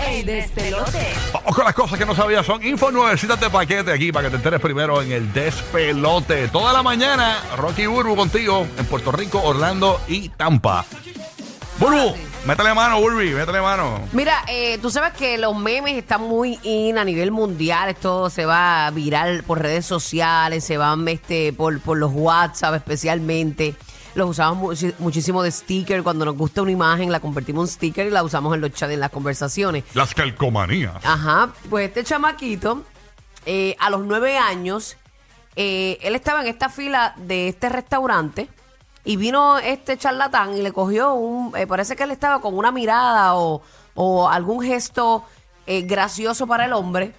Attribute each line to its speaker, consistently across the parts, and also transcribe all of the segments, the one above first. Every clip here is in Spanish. Speaker 1: El despelote.
Speaker 2: Vamos con las cosas que no sabías. Son info nuevecitas de paquete aquí para que te enteres primero en el despelote. Toda la mañana, Rocky Burbu contigo en Puerto Rico, Orlando y Tampa. Burbu, métele mano, Burbu, métele mano.
Speaker 1: Mira, eh, tú sabes que los memes están muy in a nivel mundial. Esto se va viral por redes sociales, se van este, por, por los WhatsApp especialmente. Los usamos mu- muchísimo de sticker. Cuando nos gusta una imagen, la convertimos en sticker y la usamos en los chats, en las conversaciones.
Speaker 2: Las calcomanías.
Speaker 1: Ajá, pues este chamaquito, eh, a los nueve años, eh, él estaba en esta fila de este restaurante y vino este charlatán y le cogió un, eh, parece que él estaba con una mirada o, o algún gesto eh, gracioso para el hombre.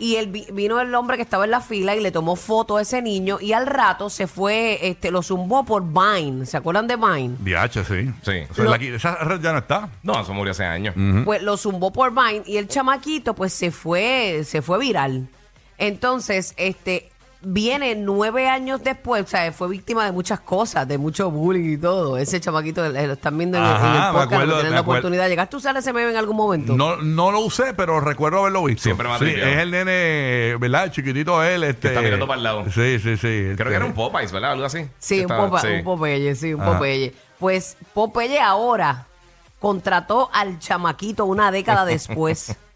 Speaker 1: Y él vi- vino el hombre que estaba en la fila y le tomó foto a ese niño y al rato se fue, este, lo zumbó por Vine. ¿Se acuerdan de Vine?
Speaker 2: DH, sí.
Speaker 3: Sí.
Speaker 2: Eso es la qui- esa red ya no está.
Speaker 3: No, eso murió hace años.
Speaker 2: Mm,
Speaker 1: pues lo zumbó por Vine y
Speaker 2: Oh.
Speaker 1: el chamaquito pues se fue, se fue viral. Entonces, este, viene nueve años después, o sea, fue víctima de muchas cosas, de mucho bullying y todo. Ese chamaquito, eh, lo están viendo en, el- en
Speaker 2: Ajá, me
Speaker 1: el podcast, no
Speaker 2: acuerdo, me
Speaker 1: tienen la
Speaker 2: acuerdo.
Speaker 1: oportunidad. ¿Llegaste a usar ese meme en algún momento?
Speaker 2: No, no lo usé, pero recuerdo haberlo visto.
Speaker 3: Siempre me ha
Speaker 2: sí,
Speaker 3: tripeado.
Speaker 2: Es el nene, ¿verdad? Chiquitito él. Este,
Speaker 3: está mirando para el lado.
Speaker 2: Sí, sí, este. sí.
Speaker 3: Creo que era un Popeyes, ¿verdad? Algo así.
Speaker 1: Sí, un,
Speaker 3: Estaba-
Speaker 1: Popa-
Speaker 3: sí.
Speaker 1: un Popeye, sí, un
Speaker 2: Ajá.
Speaker 1: Popeye. Pues Popeye ahora contrató al chamaquito una década después.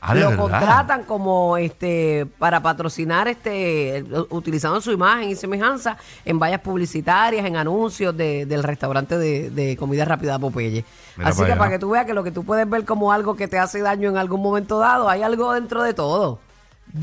Speaker 2: Ah, ¿de
Speaker 1: lo
Speaker 2: verdad?
Speaker 1: contratan como este para patrocinar este utilizando su imagen y semejanza en vallas publicitarias, en anuncios de- del restaurante de, de comida rápida Popeye.
Speaker 2: Mira
Speaker 1: Así
Speaker 2: para
Speaker 1: que
Speaker 2: allá.
Speaker 1: para que tú veas que lo que tú puedes ver como algo que te hace daño en algún momento dado, hay algo dentro de todo.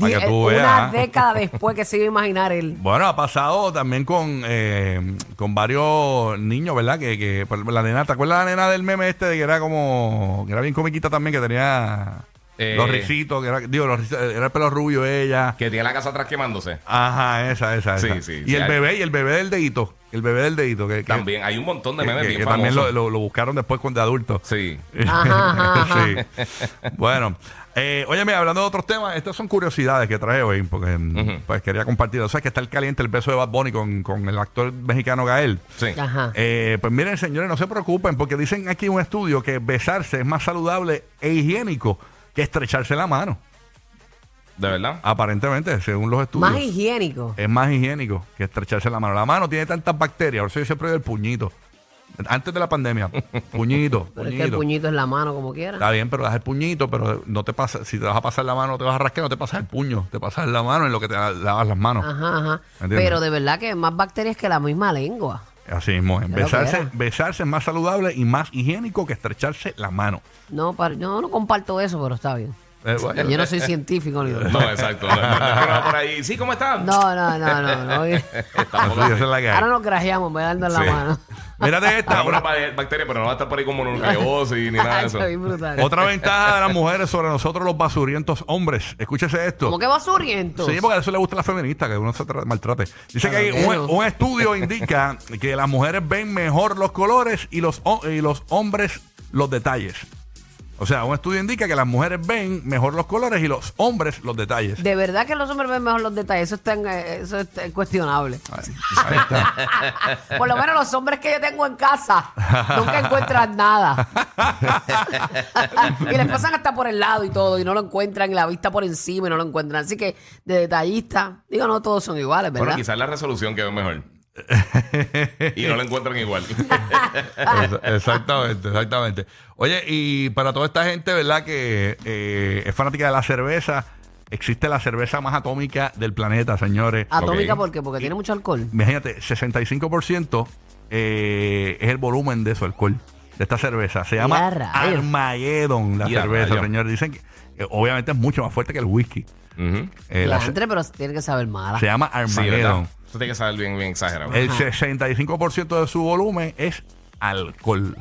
Speaker 2: Para que
Speaker 1: Die- eh,
Speaker 2: tú
Speaker 1: una
Speaker 2: veas. ¿ah?
Speaker 1: década después que se iba a imaginar él.
Speaker 2: Bueno, ha pasado también con, eh, con varios niños, ¿verdad? Que, que por ejemplo, la nena, ¿te acuerdas la nena del meme este de que era como, que era bien comiquita también, que tenía
Speaker 3: Eh.
Speaker 2: los risitos, que era, digo, los risitos, era el pelo rubio ella.
Speaker 3: Que tiene la casa atrás quemándose.
Speaker 2: Ajá, esa, esa,
Speaker 3: Sí,
Speaker 2: esa.
Speaker 3: sí,
Speaker 2: y
Speaker 3: sí,
Speaker 2: el
Speaker 3: hay-
Speaker 2: bebé, y el bebé del dedito, el bebé del dedito, que, que-
Speaker 3: También hay un montón
Speaker 2: que-
Speaker 3: de memes
Speaker 2: que-
Speaker 3: bien
Speaker 2: que
Speaker 3: famosos.
Speaker 2: también lo, lo- lo buscaron después cuando de adulto.
Speaker 3: Sí.
Speaker 1: Ajá, ajá, ajá.
Speaker 2: Sí. Bueno, eh, óyeme, hablando de otros temas, estas son curiosidades que trae hoy, porque mm,
Speaker 3: Ujú.
Speaker 2: pues quería compartir. O sea, que está el caliente el beso de Bad Bunny con, con el actor mexicano Gael.
Speaker 3: Sí.
Speaker 1: Ajá.
Speaker 2: Eh, pues miren, señores, no se preocupen, porque dicen aquí un estudio que besarse es más saludable e higiénico que estrecharse la mano.
Speaker 3: De verdad.
Speaker 2: Aparentemente, según los estudios.
Speaker 1: Más higiénico.
Speaker 2: es más higiénico que estrecharse la mano. La mano tiene tantas bacterias, por eso yo siempre doy el puñito. Antes de la pandemia, puñito,
Speaker 1: Pero es que el
Speaker 2: puñito.
Speaker 1: puñito es la mano como quiera.
Speaker 2: Está bien, pero das el puñito, pero no te pasa, si te vas a pasar la mano, te vas a rascar, no te pasas el puño, te pasas la mano en lo que te la- lavas las manos.
Speaker 1: Ajá, ajá.
Speaker 2: Entiendo.
Speaker 1: Pero de verdad que más bacterias que la misma lengua.
Speaker 2: Así mismo, es.
Speaker 1: Ya lo
Speaker 2: besarse,
Speaker 1: era.
Speaker 2: besarse es más saludable y más higiénico que estrecharse la mano.
Speaker 1: No, para- yo no comparto eso, pero está bien.
Speaker 2: Eh, bueno,
Speaker 1: Yo no soy científico ni
Speaker 3: No, exacto. No, no, no, no, no, por ahí. Sí, ¿cómo están?
Speaker 1: No, no, no, no. no.
Speaker 2: así, esa es la que
Speaker 1: Ah,
Speaker 2: hay.
Speaker 1: Ahora Ah, nos grajeamos, me dando en la
Speaker 3: Sí.
Speaker 1: mano.
Speaker 2: Mírate
Speaker 3: Habrá
Speaker 2: esta,
Speaker 3: una
Speaker 2: una-
Speaker 3: ba- bacteria, pero no va a estar por ahí como mononucleosis ni nada de eso.
Speaker 1: Está bien brutal.
Speaker 2: otra ventaja de las mujeres sobre nosotros los basurientos hombres. Escúchese esto.
Speaker 1: ¿Cómo que basurientos?
Speaker 2: Sí, porque a eso le gusta a la feminista, que uno se tra- maltrate. Dice que hay un,
Speaker 1: Claro.
Speaker 2: un estudio indica que las mujeres ven mejor los colores y los, ho- y los hombres los detalles. O sea, un estudio indica que las mujeres ven mejor los colores y los hombres los detalles.
Speaker 1: De verdad que los hombres ven mejor los detalles. Eso, está en- eh, eso está cuestionable.
Speaker 2: Ahí, ahí está.
Speaker 1: Por lo menos los hombres que yo tengo en casa nunca encuentran nada. y les pasan hasta por el lado y todo. Y no lo encuentran. Y la vista por encima y no lo encuentran. Así que de detallista, digo, no todos son iguales, ¿verdad?
Speaker 3: Bueno, quizás la resolución quedó mejor. Y no lo encuentran igual.
Speaker 2: Ex- Exactamente, exactamente. Oye, y para toda esta gente, ¿verdad? Que eh, es fanática de la cerveza, existe la cerveza más atómica del planeta, señores.
Speaker 1: Atómica,
Speaker 3: Ok.
Speaker 1: ¿por qué? Porque tiene mucho alcohol.
Speaker 2: Imagínate, 65% eh, es el volumen de su alcohol, de esta cerveza. Se llama
Speaker 1: Ya rayos.
Speaker 2: Armageddon la
Speaker 3: Ya
Speaker 2: cerveza,
Speaker 3: rayos.
Speaker 2: señores. Dicen que eh, obviamente es mucho más fuerte que el whisky.
Speaker 3: Ujú.
Speaker 2: Eh, la
Speaker 1: la
Speaker 2: ce-
Speaker 1: entre, pero tiene que saber mala.
Speaker 2: se llama
Speaker 3: Sí, ¿verdad?
Speaker 2: Armageddon.
Speaker 3: Eso tiene que saber bien, bien exagerado.
Speaker 2: el 65% de su volumen es alcohol.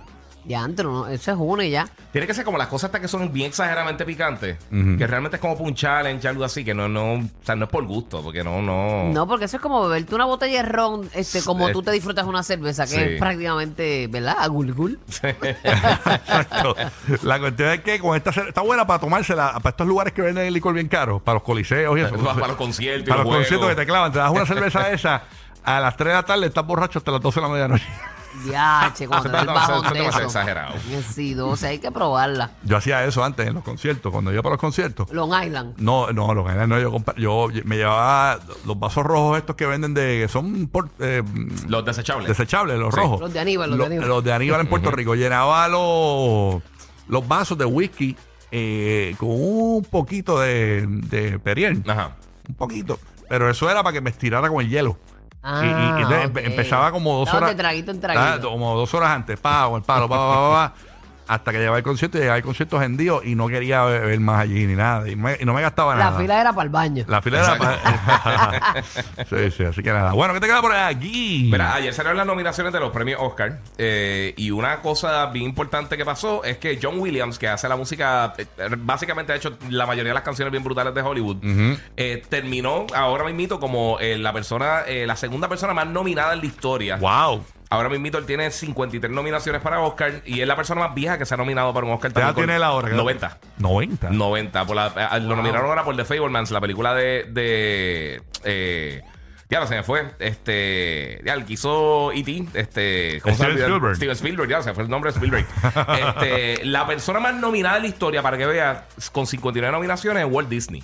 Speaker 1: Ya antro, ¿no? Eso es uno y ya.
Speaker 3: Tiene que ser como las cosas estas que son bien exageradamente picantes.
Speaker 2: Ujú.
Speaker 3: Que realmente es como para un challenge, algo así. Que no, no, o sea, no es por gusto, porque no, no.
Speaker 1: No, porque eso es como beberte una botella de ron, este, como
Speaker 3: Eh,
Speaker 1: tú te disfrutas una cerveza, que
Speaker 3: sí.
Speaker 1: es prácticamente, ¿verdad? A gul gul.
Speaker 2: Exacto. La cuestión es que con esta cer- está buena para tomársela para estos lugares que venden el licor bien caro, para los coliseos y eso.
Speaker 3: Para- para los conciertos y
Speaker 2: Para
Speaker 3: los
Speaker 2: los conciertos
Speaker 3: juegos.
Speaker 2: que te clavan. Te das una cerveza esa a las 3 de la tarde, estás borracho hasta las 12 de la medianoche.
Speaker 1: Ya, che, cuando te da el
Speaker 3: Eso está-
Speaker 1: bajón
Speaker 3: eso
Speaker 1: de
Speaker 3: está
Speaker 1: eso.
Speaker 3: demasiado exagerado.
Speaker 1: Sí, 12, hay que probarla.
Speaker 2: Yo hacía eso antes en los conciertos, cuando iba para los conciertos.
Speaker 1: Long Island.
Speaker 2: No, no, los ganas no, yo, compa- yo me llevaba los vasos rojos estos que venden de, que son por- eh,
Speaker 3: Los desechables.
Speaker 2: desechables, los
Speaker 3: Sí.
Speaker 2: rojos.
Speaker 1: Los de Aníbal, los
Speaker 2: Lo-
Speaker 1: de Aníbal.
Speaker 2: Aníbal en Puerto Rico. Llenaba los, los vasos de whisky eh, con un poquito de, de Perrier.
Speaker 3: Ajá.
Speaker 2: Un poquito. Pero eso era para que me estirara con el hielo.
Speaker 1: Ah,
Speaker 2: y, y- y entonces
Speaker 1: ok.
Speaker 2: empe- empezaba como dos
Speaker 1: Dándote
Speaker 2: horas.
Speaker 1: traguito en
Speaker 2: Estaba
Speaker 1: traguito.
Speaker 2: Como dos horas antes. Pa, con el palo, pa, pa, pa, pa, hasta que llegaba el concierto y llegaba el concierto hendido y no quería beber más allí ni nada. Y, me- y no me gastaba
Speaker 1: La
Speaker 2: nada.
Speaker 1: fila era para el baño.
Speaker 2: La fila era para... sí, sí, así que nada. Bueno, ¿qué te queda por aquí?
Speaker 3: Mira, ayer salieron las nominaciones de los premios Oscar eh, y una cosa bien importante que pasó es que John Williams, que hace la música, eh, básicamente ha hecho la mayoría de las canciones bien brutales de Hollywood, eh, terminó ahora mismito como eh, la persona, eh, la segunda persona más nominada en la historia.
Speaker 2: wow.
Speaker 3: Ahora mismito él tiene 53 nominaciones para Oscar y es la persona más vieja que se ha nominado para un Oscar.
Speaker 2: ¿Qué edad
Speaker 3: también con
Speaker 2: tiene él ahora?
Speaker 3: 90.
Speaker 2: 90.
Speaker 3: 90. Por la- eh, Lo nominaron ahora por The Fablemans, la película de. de eh, ya no se me fue. Este. Ya, el que hizo E.T. Este. se
Speaker 2: Steven
Speaker 3: me olvidó?
Speaker 2: Spielberg.
Speaker 3: Steven Spielberg, ya se me fue el nombre de Spielberg. este, la persona más nominada de la historia, para que veas, con 59 nominaciones, es Walt Disney.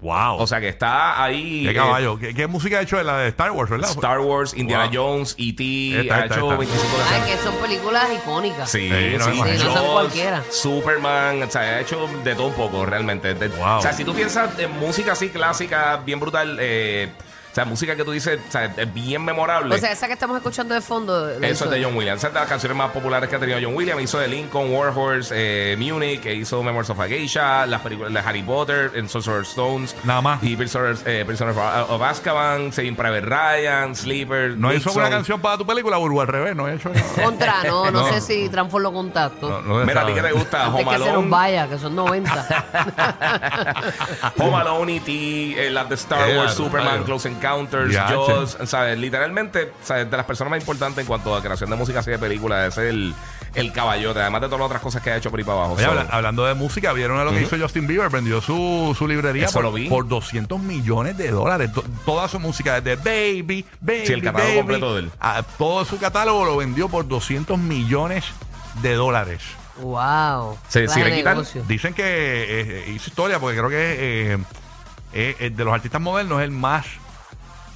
Speaker 2: Wow.
Speaker 3: O sea que está ahí.
Speaker 2: qué
Speaker 3: eh,
Speaker 2: caballo. ¿Qué, qué música ha hecho de la de Star Wars, verdad?
Speaker 3: Star Wars, Indiana
Speaker 2: Wow.
Speaker 3: Jones, E.T.
Speaker 2: Está,
Speaker 3: ha
Speaker 2: está,
Speaker 3: hecho
Speaker 2: está.
Speaker 3: 25
Speaker 1: Ay,
Speaker 3: canciones.
Speaker 1: que son películas icónicas.
Speaker 3: Sí,
Speaker 2: Sí, no me
Speaker 3: sí,
Speaker 2: imagino.
Speaker 3: sí,
Speaker 2: No
Speaker 1: son
Speaker 3: Jaws,
Speaker 1: cualquiera.
Speaker 3: Superman, o sea, ha hecho de todo un poco realmente. De-
Speaker 2: Wow.
Speaker 3: O sea, si tú piensas en música así clásica, bien brutal, eh, o sea, música que tú dices, o sea, es bien memorable.
Speaker 1: O sea, esa que estamos escuchando de fondo. la hizo
Speaker 3: eso es de
Speaker 1: él.
Speaker 3: John Williams. Esa es de las canciones más populares que ha tenido John Williams. Hizo de Lincoln, War Horse, eh, Munich, que hizo Memories of a Geisha, las películas de Harry Potter, en Sorcerer's Stones.
Speaker 2: Nada más.
Speaker 3: Y Prisoners, eh, Prisoners of of Azkaban, Saving Private Ryan, Sleeper.
Speaker 2: ¿No hizo
Speaker 3: Nixon.
Speaker 2: una canción para tu película, Burbu? Al revés, no he hecho
Speaker 1: Contra, no, no,
Speaker 2: No.
Speaker 1: sé si Transform lo contacto.
Speaker 2: No, no he
Speaker 3: Mira, ¿a ti qué
Speaker 2: estado.
Speaker 3: te gusta?
Speaker 1: Antes
Speaker 3: Home
Speaker 1: que se nos
Speaker 3: Alone.
Speaker 1: vaya, que son 90.
Speaker 3: Home Alone, E.T., eh, las de Star
Speaker 2: Yeah,
Speaker 3: Wars, Superman,
Speaker 2: claro.
Speaker 3: Close Encounters,
Speaker 2: Ya,
Speaker 3: Jaws, ¿sabes? Literalmente, ¿sabes? De las personas más importantes en cuanto a creación de música así de películas, es el, el caballote, además de todas las otras cosas que ha hecho por ahí para abajo.
Speaker 2: Oye,
Speaker 3: So,
Speaker 2: habla- hablando de música, ¿vieron a lo que hizo Justin Bieber? Vendió su, su librería
Speaker 3: Eso
Speaker 2: por,
Speaker 3: lo vi.
Speaker 2: por 200 millones de dólares. To- toda su música, desde Baby, Baby,
Speaker 3: Sí, el catálogo
Speaker 2: Baby,
Speaker 3: completo de él.
Speaker 2: a- todo su catálogo lo vendió por 200 millones de dólares.
Speaker 1: wow.
Speaker 3: Sí,
Speaker 1: clase
Speaker 3: sí, le
Speaker 1: de
Speaker 3: quitan-
Speaker 1: negocio.
Speaker 2: Dicen que eh, eh, hizo historia porque creo que eh, eh, eh, de los artistas modernos es el más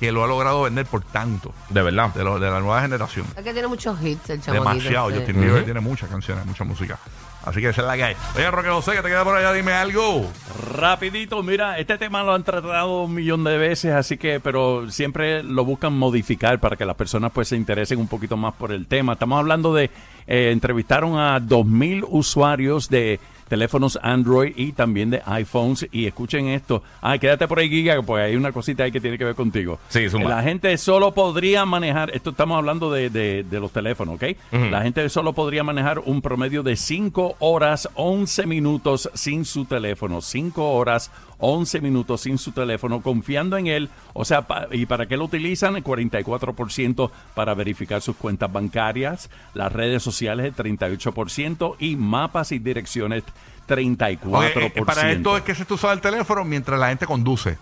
Speaker 2: que lo ha logrado vender por tanto
Speaker 3: de verdad.
Speaker 2: de, lo- de la nueva generación.
Speaker 1: Es que tiene muchos hits el chamaquito.
Speaker 2: Demasiado.
Speaker 1: este.
Speaker 2: Justin Bieber
Speaker 3: Ujú.
Speaker 2: tiene muchas canciones, mucha música. Así que esa es la que hay. Oye, Roque José, que te queda por allá, dime algo.
Speaker 4: Rapidito, mira, este tema lo han tratado un millón de veces, así que, pero siempre lo buscan modificar para que las personas pues se interesen un poquito más por el tema. Estamos hablando de, eh, entrevistaron a 2.000 usuarios de teléfonos Android y también de iPhones y escuchen esto. Ah, quédate por ahí, Giga, pues hay una cosita ahí que tiene que ver contigo.
Speaker 3: Sí, zumba.
Speaker 4: La gente solo podría manejar, esto estamos hablando de, de- de los teléfonos, ¿ok? La gente solo podría manejar un promedio de 5 horas 11 minutos sin su teléfono, 5 horas 11 minutos sin su teléfono, confiando en él, o sea, pa- ¿y para qué lo utilizan? El 44% para verificar sus cuentas bancarias, las redes sociales el 38% y mapas y direcciones 34%.
Speaker 2: Oye, eh, para esto es que se tú usas el teléfono mientras la gente conduce.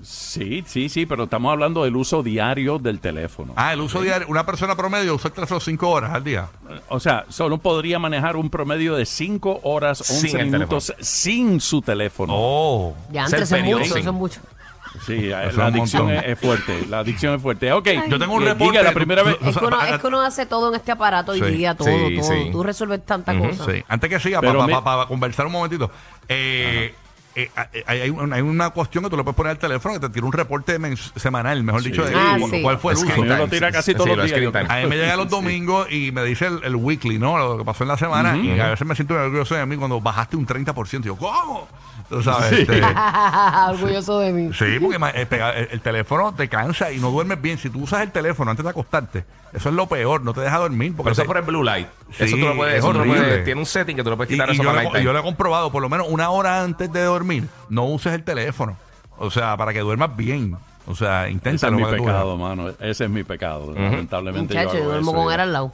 Speaker 4: Sí, sí, sí, pero estamos hablando del uso diario del teléfono.
Speaker 2: Ah, el uso diario. Una persona promedio usa el teléfono 5 horas al día.
Speaker 4: O sea, solo podría manejar un promedio de 5 horas
Speaker 3: Sin
Speaker 4: 11
Speaker 3: el
Speaker 4: minutos sin su teléfono.
Speaker 2: Oh.
Speaker 1: Ya,
Speaker 3: Es el
Speaker 1: antes son
Speaker 3: periodo,
Speaker 1: muchos,
Speaker 3: sí.
Speaker 1: son muchos.
Speaker 4: Sí, eh,
Speaker 2: Eso es
Speaker 4: la
Speaker 2: un
Speaker 4: adicción
Speaker 2: montón.
Speaker 4: es, es fuerte. La adicción es fuerte. Ok.
Speaker 2: Yo tengo un
Speaker 4: Giga,
Speaker 2: reporte.
Speaker 4: la primera vez.
Speaker 2: O
Speaker 1: Es
Speaker 2: sea,
Speaker 1: que, uno,
Speaker 2: haga-
Speaker 1: es que uno hace todo en este aparato
Speaker 2: Sí,
Speaker 1: y día todo,
Speaker 3: sí,
Speaker 1: todo.
Speaker 3: sí.
Speaker 1: Tú resuelves tantas cosas.
Speaker 2: Sí. Antes que siga, para
Speaker 4: Pero mi-
Speaker 2: conversar un momentito, eh, eh, hay, hay una, hay una cuestión que tú le puedes poner al teléfono que te tira un reporte mens- semanal, mejor dicho, de
Speaker 1: Ah,
Speaker 2: cu-
Speaker 1: sí.
Speaker 2: cuál fue el
Speaker 3: Screen
Speaker 2: uso.
Speaker 3: time.
Speaker 4: Yo lo tira casi todos
Speaker 3: Sí,
Speaker 4: los
Speaker 3: lo
Speaker 4: días.
Speaker 3: screen
Speaker 4: yo creo.
Speaker 3: time.
Speaker 2: A mí me llega los domingos y me dice el, el weekly, ¿no? Lo que pasó en la semana. Y a veces me siento orgulloso de mí cuando bajaste un 30%. Yo, ¿cómo? Tú sabes.
Speaker 4: Sí.
Speaker 2: este,
Speaker 1: Orgulloso de mí.
Speaker 2: Sí, porque ma- eh, pega- el, el teléfono te cansa y no duermes bien. Si tú usas el teléfono antes de acostarte, eso es lo peor, no te deja dormir. Porque
Speaker 3: Pero eso
Speaker 2: te-
Speaker 3: es por el blue light. eso
Speaker 2: Sí,
Speaker 3: tú lo puedes,
Speaker 2: es
Speaker 3: eso tú lo
Speaker 2: horrible.
Speaker 3: puedes- Tiene un setting que tú lo puedes
Speaker 2: y,
Speaker 3: quitar
Speaker 2: y
Speaker 3: eso
Speaker 2: yo,
Speaker 3: para
Speaker 2: lo,
Speaker 3: night
Speaker 2: he-
Speaker 3: time.
Speaker 2: yo lo he comprobado, por lo menos una hora antes de dormir, no uses el teléfono. O sea, para que duermas bien. O sea,
Speaker 4: Ese es
Speaker 2: inténtalo.
Speaker 4: mi
Speaker 2: para que tú veas.
Speaker 4: pecado, mano. Ese es mi pecado. Lamentablemente.
Speaker 1: Muchacho,
Speaker 4: yo
Speaker 1: yo
Speaker 4: hago
Speaker 1: duermo
Speaker 4: eso,
Speaker 1: con
Speaker 4: ya.
Speaker 1: él al lado.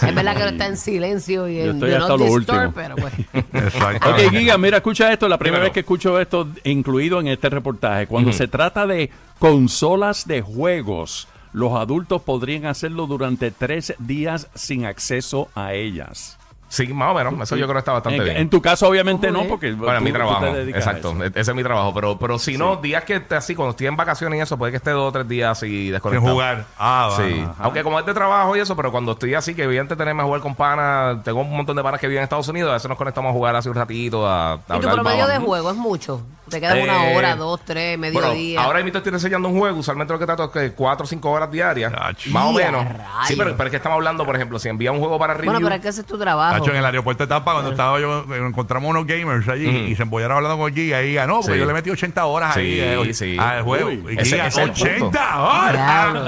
Speaker 1: Es verdad que él está en silencio y
Speaker 4: Yo
Speaker 1: en
Speaker 4: estoy
Speaker 1: do
Speaker 4: hasta
Speaker 1: not
Speaker 4: lo
Speaker 1: disturb,
Speaker 4: último.
Speaker 1: pero pues.
Speaker 4: Ok,
Speaker 2: Exactamente.
Speaker 4: Giga, mira, escucha esto. La primera
Speaker 3: Dímelo.
Speaker 4: vez que escucho esto incluido en este reportaje. Cuando se trata de consolas de juegos, los adultos podrían hacerlo durante tres días sin acceso a ellas.
Speaker 3: Sí, más o menos. Eso yo creo que está bastante
Speaker 4: En,
Speaker 3: bien.
Speaker 4: en tu caso, obviamente
Speaker 1: ¿Cómo
Speaker 4: no,
Speaker 1: es?
Speaker 4: porque
Speaker 3: Para
Speaker 4: tú-
Speaker 3: mi
Speaker 4: Pues tú te
Speaker 3: trabajo.
Speaker 4: dedicas a
Speaker 3: Exacto.
Speaker 4: eso.
Speaker 3: E- Ese es mi trabajo. Pero, pero si no, días que esté así, cuando estoy en vacaciones y eso, puede que esté dos o tres días así
Speaker 2: Sin
Speaker 3: desconectado.
Speaker 2: jugar. Ah, va.
Speaker 3: Sí. Aunque como es de trabajo y eso, pero cuando estoy así, que evidente tenerme a jugar con panas, tengo un montón de panas que viven en Estados Unidos, a veces nos conectamos a jugar hace un ratito, a, a
Speaker 1: ¿Y tu
Speaker 3: hablar
Speaker 1: promedio
Speaker 3: babas.
Speaker 1: de juego es mucho? ¿Te quedas
Speaker 3: Eh,
Speaker 1: una hora, dos, tres,
Speaker 3: Bueno,
Speaker 1: mediodía?
Speaker 3: ahora mismo te estoy enseñando un juego, usualmente lo que trato es que 4 o 5 horas diarias,
Speaker 2: Ach.
Speaker 3: más o
Speaker 1: ¡Ya,
Speaker 3: menos. Sí,
Speaker 1: rayos!
Speaker 3: pero, pero es que estamos hablando, por ejemplo, si envía un juego para review,
Speaker 1: bueno, pero es que ese es tu trabajo.
Speaker 2: Tacho, en el aeropuerto de Tampa, cuando estaba yo, eh, encontramos unos gamers allí y se embollaron hablando con Giga. Y Giga, no, porque
Speaker 3: Sí.
Speaker 2: yo le metí 80 horas ahí
Speaker 3: Sí,
Speaker 2: eh,
Speaker 3: sí.
Speaker 2: al juego.
Speaker 4: Uy.
Speaker 2: Y
Speaker 3: Ese-
Speaker 2: Giga,
Speaker 3: ese es el punto.
Speaker 2: 80 horas.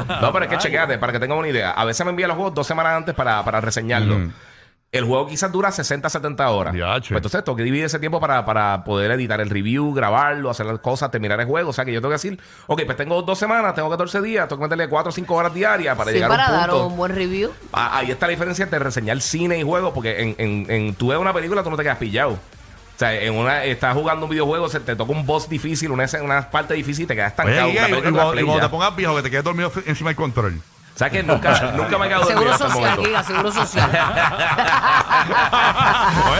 Speaker 1: Diablo.
Speaker 3: No, pero es que chequeate, para que tengan una idea. A veces me envía los juegos dos semanas antes para, para reseñarlo. El juego quizás dura 60, 70 horas.
Speaker 2: Diache.
Speaker 3: Pues entonces tengo que dividir ese tiempo para, para poder editar el review, grabarlo, hacer las cosas, terminar el juego. O sea que yo tengo que decir, ok, pues tengo dos semanas, tengo 14 días, tengo que meterle 4 o 5 horas diarias para
Speaker 1: Sí,
Speaker 3: llegar
Speaker 1: para
Speaker 3: a un
Speaker 1: dar
Speaker 3: punto.
Speaker 1: un buen review.
Speaker 3: Ah, Ahí está la diferencia entre reseñar cine y juegos, porque en, en, en- tú ves una película, tú no te quedas pillado. O sea, en una, estás jugando un videojuego, se te toca un boss difícil, una, escena- una parte difícil y te quedas
Speaker 2: Oye,
Speaker 3: estancado.
Speaker 2: Giga,
Speaker 3: Una
Speaker 2: y, y
Speaker 3: película
Speaker 2: cuando,
Speaker 3: play
Speaker 2: y cuando
Speaker 3: ya.
Speaker 2: te pongas viejo, que te quedes dormido encima del control.
Speaker 3: O sea que nunca, nunca me he quedado dormido
Speaker 1: Seguro
Speaker 3: hasta el
Speaker 1: social,
Speaker 3: momento.
Speaker 1: Giga, seguro social.
Speaker 2: Oye,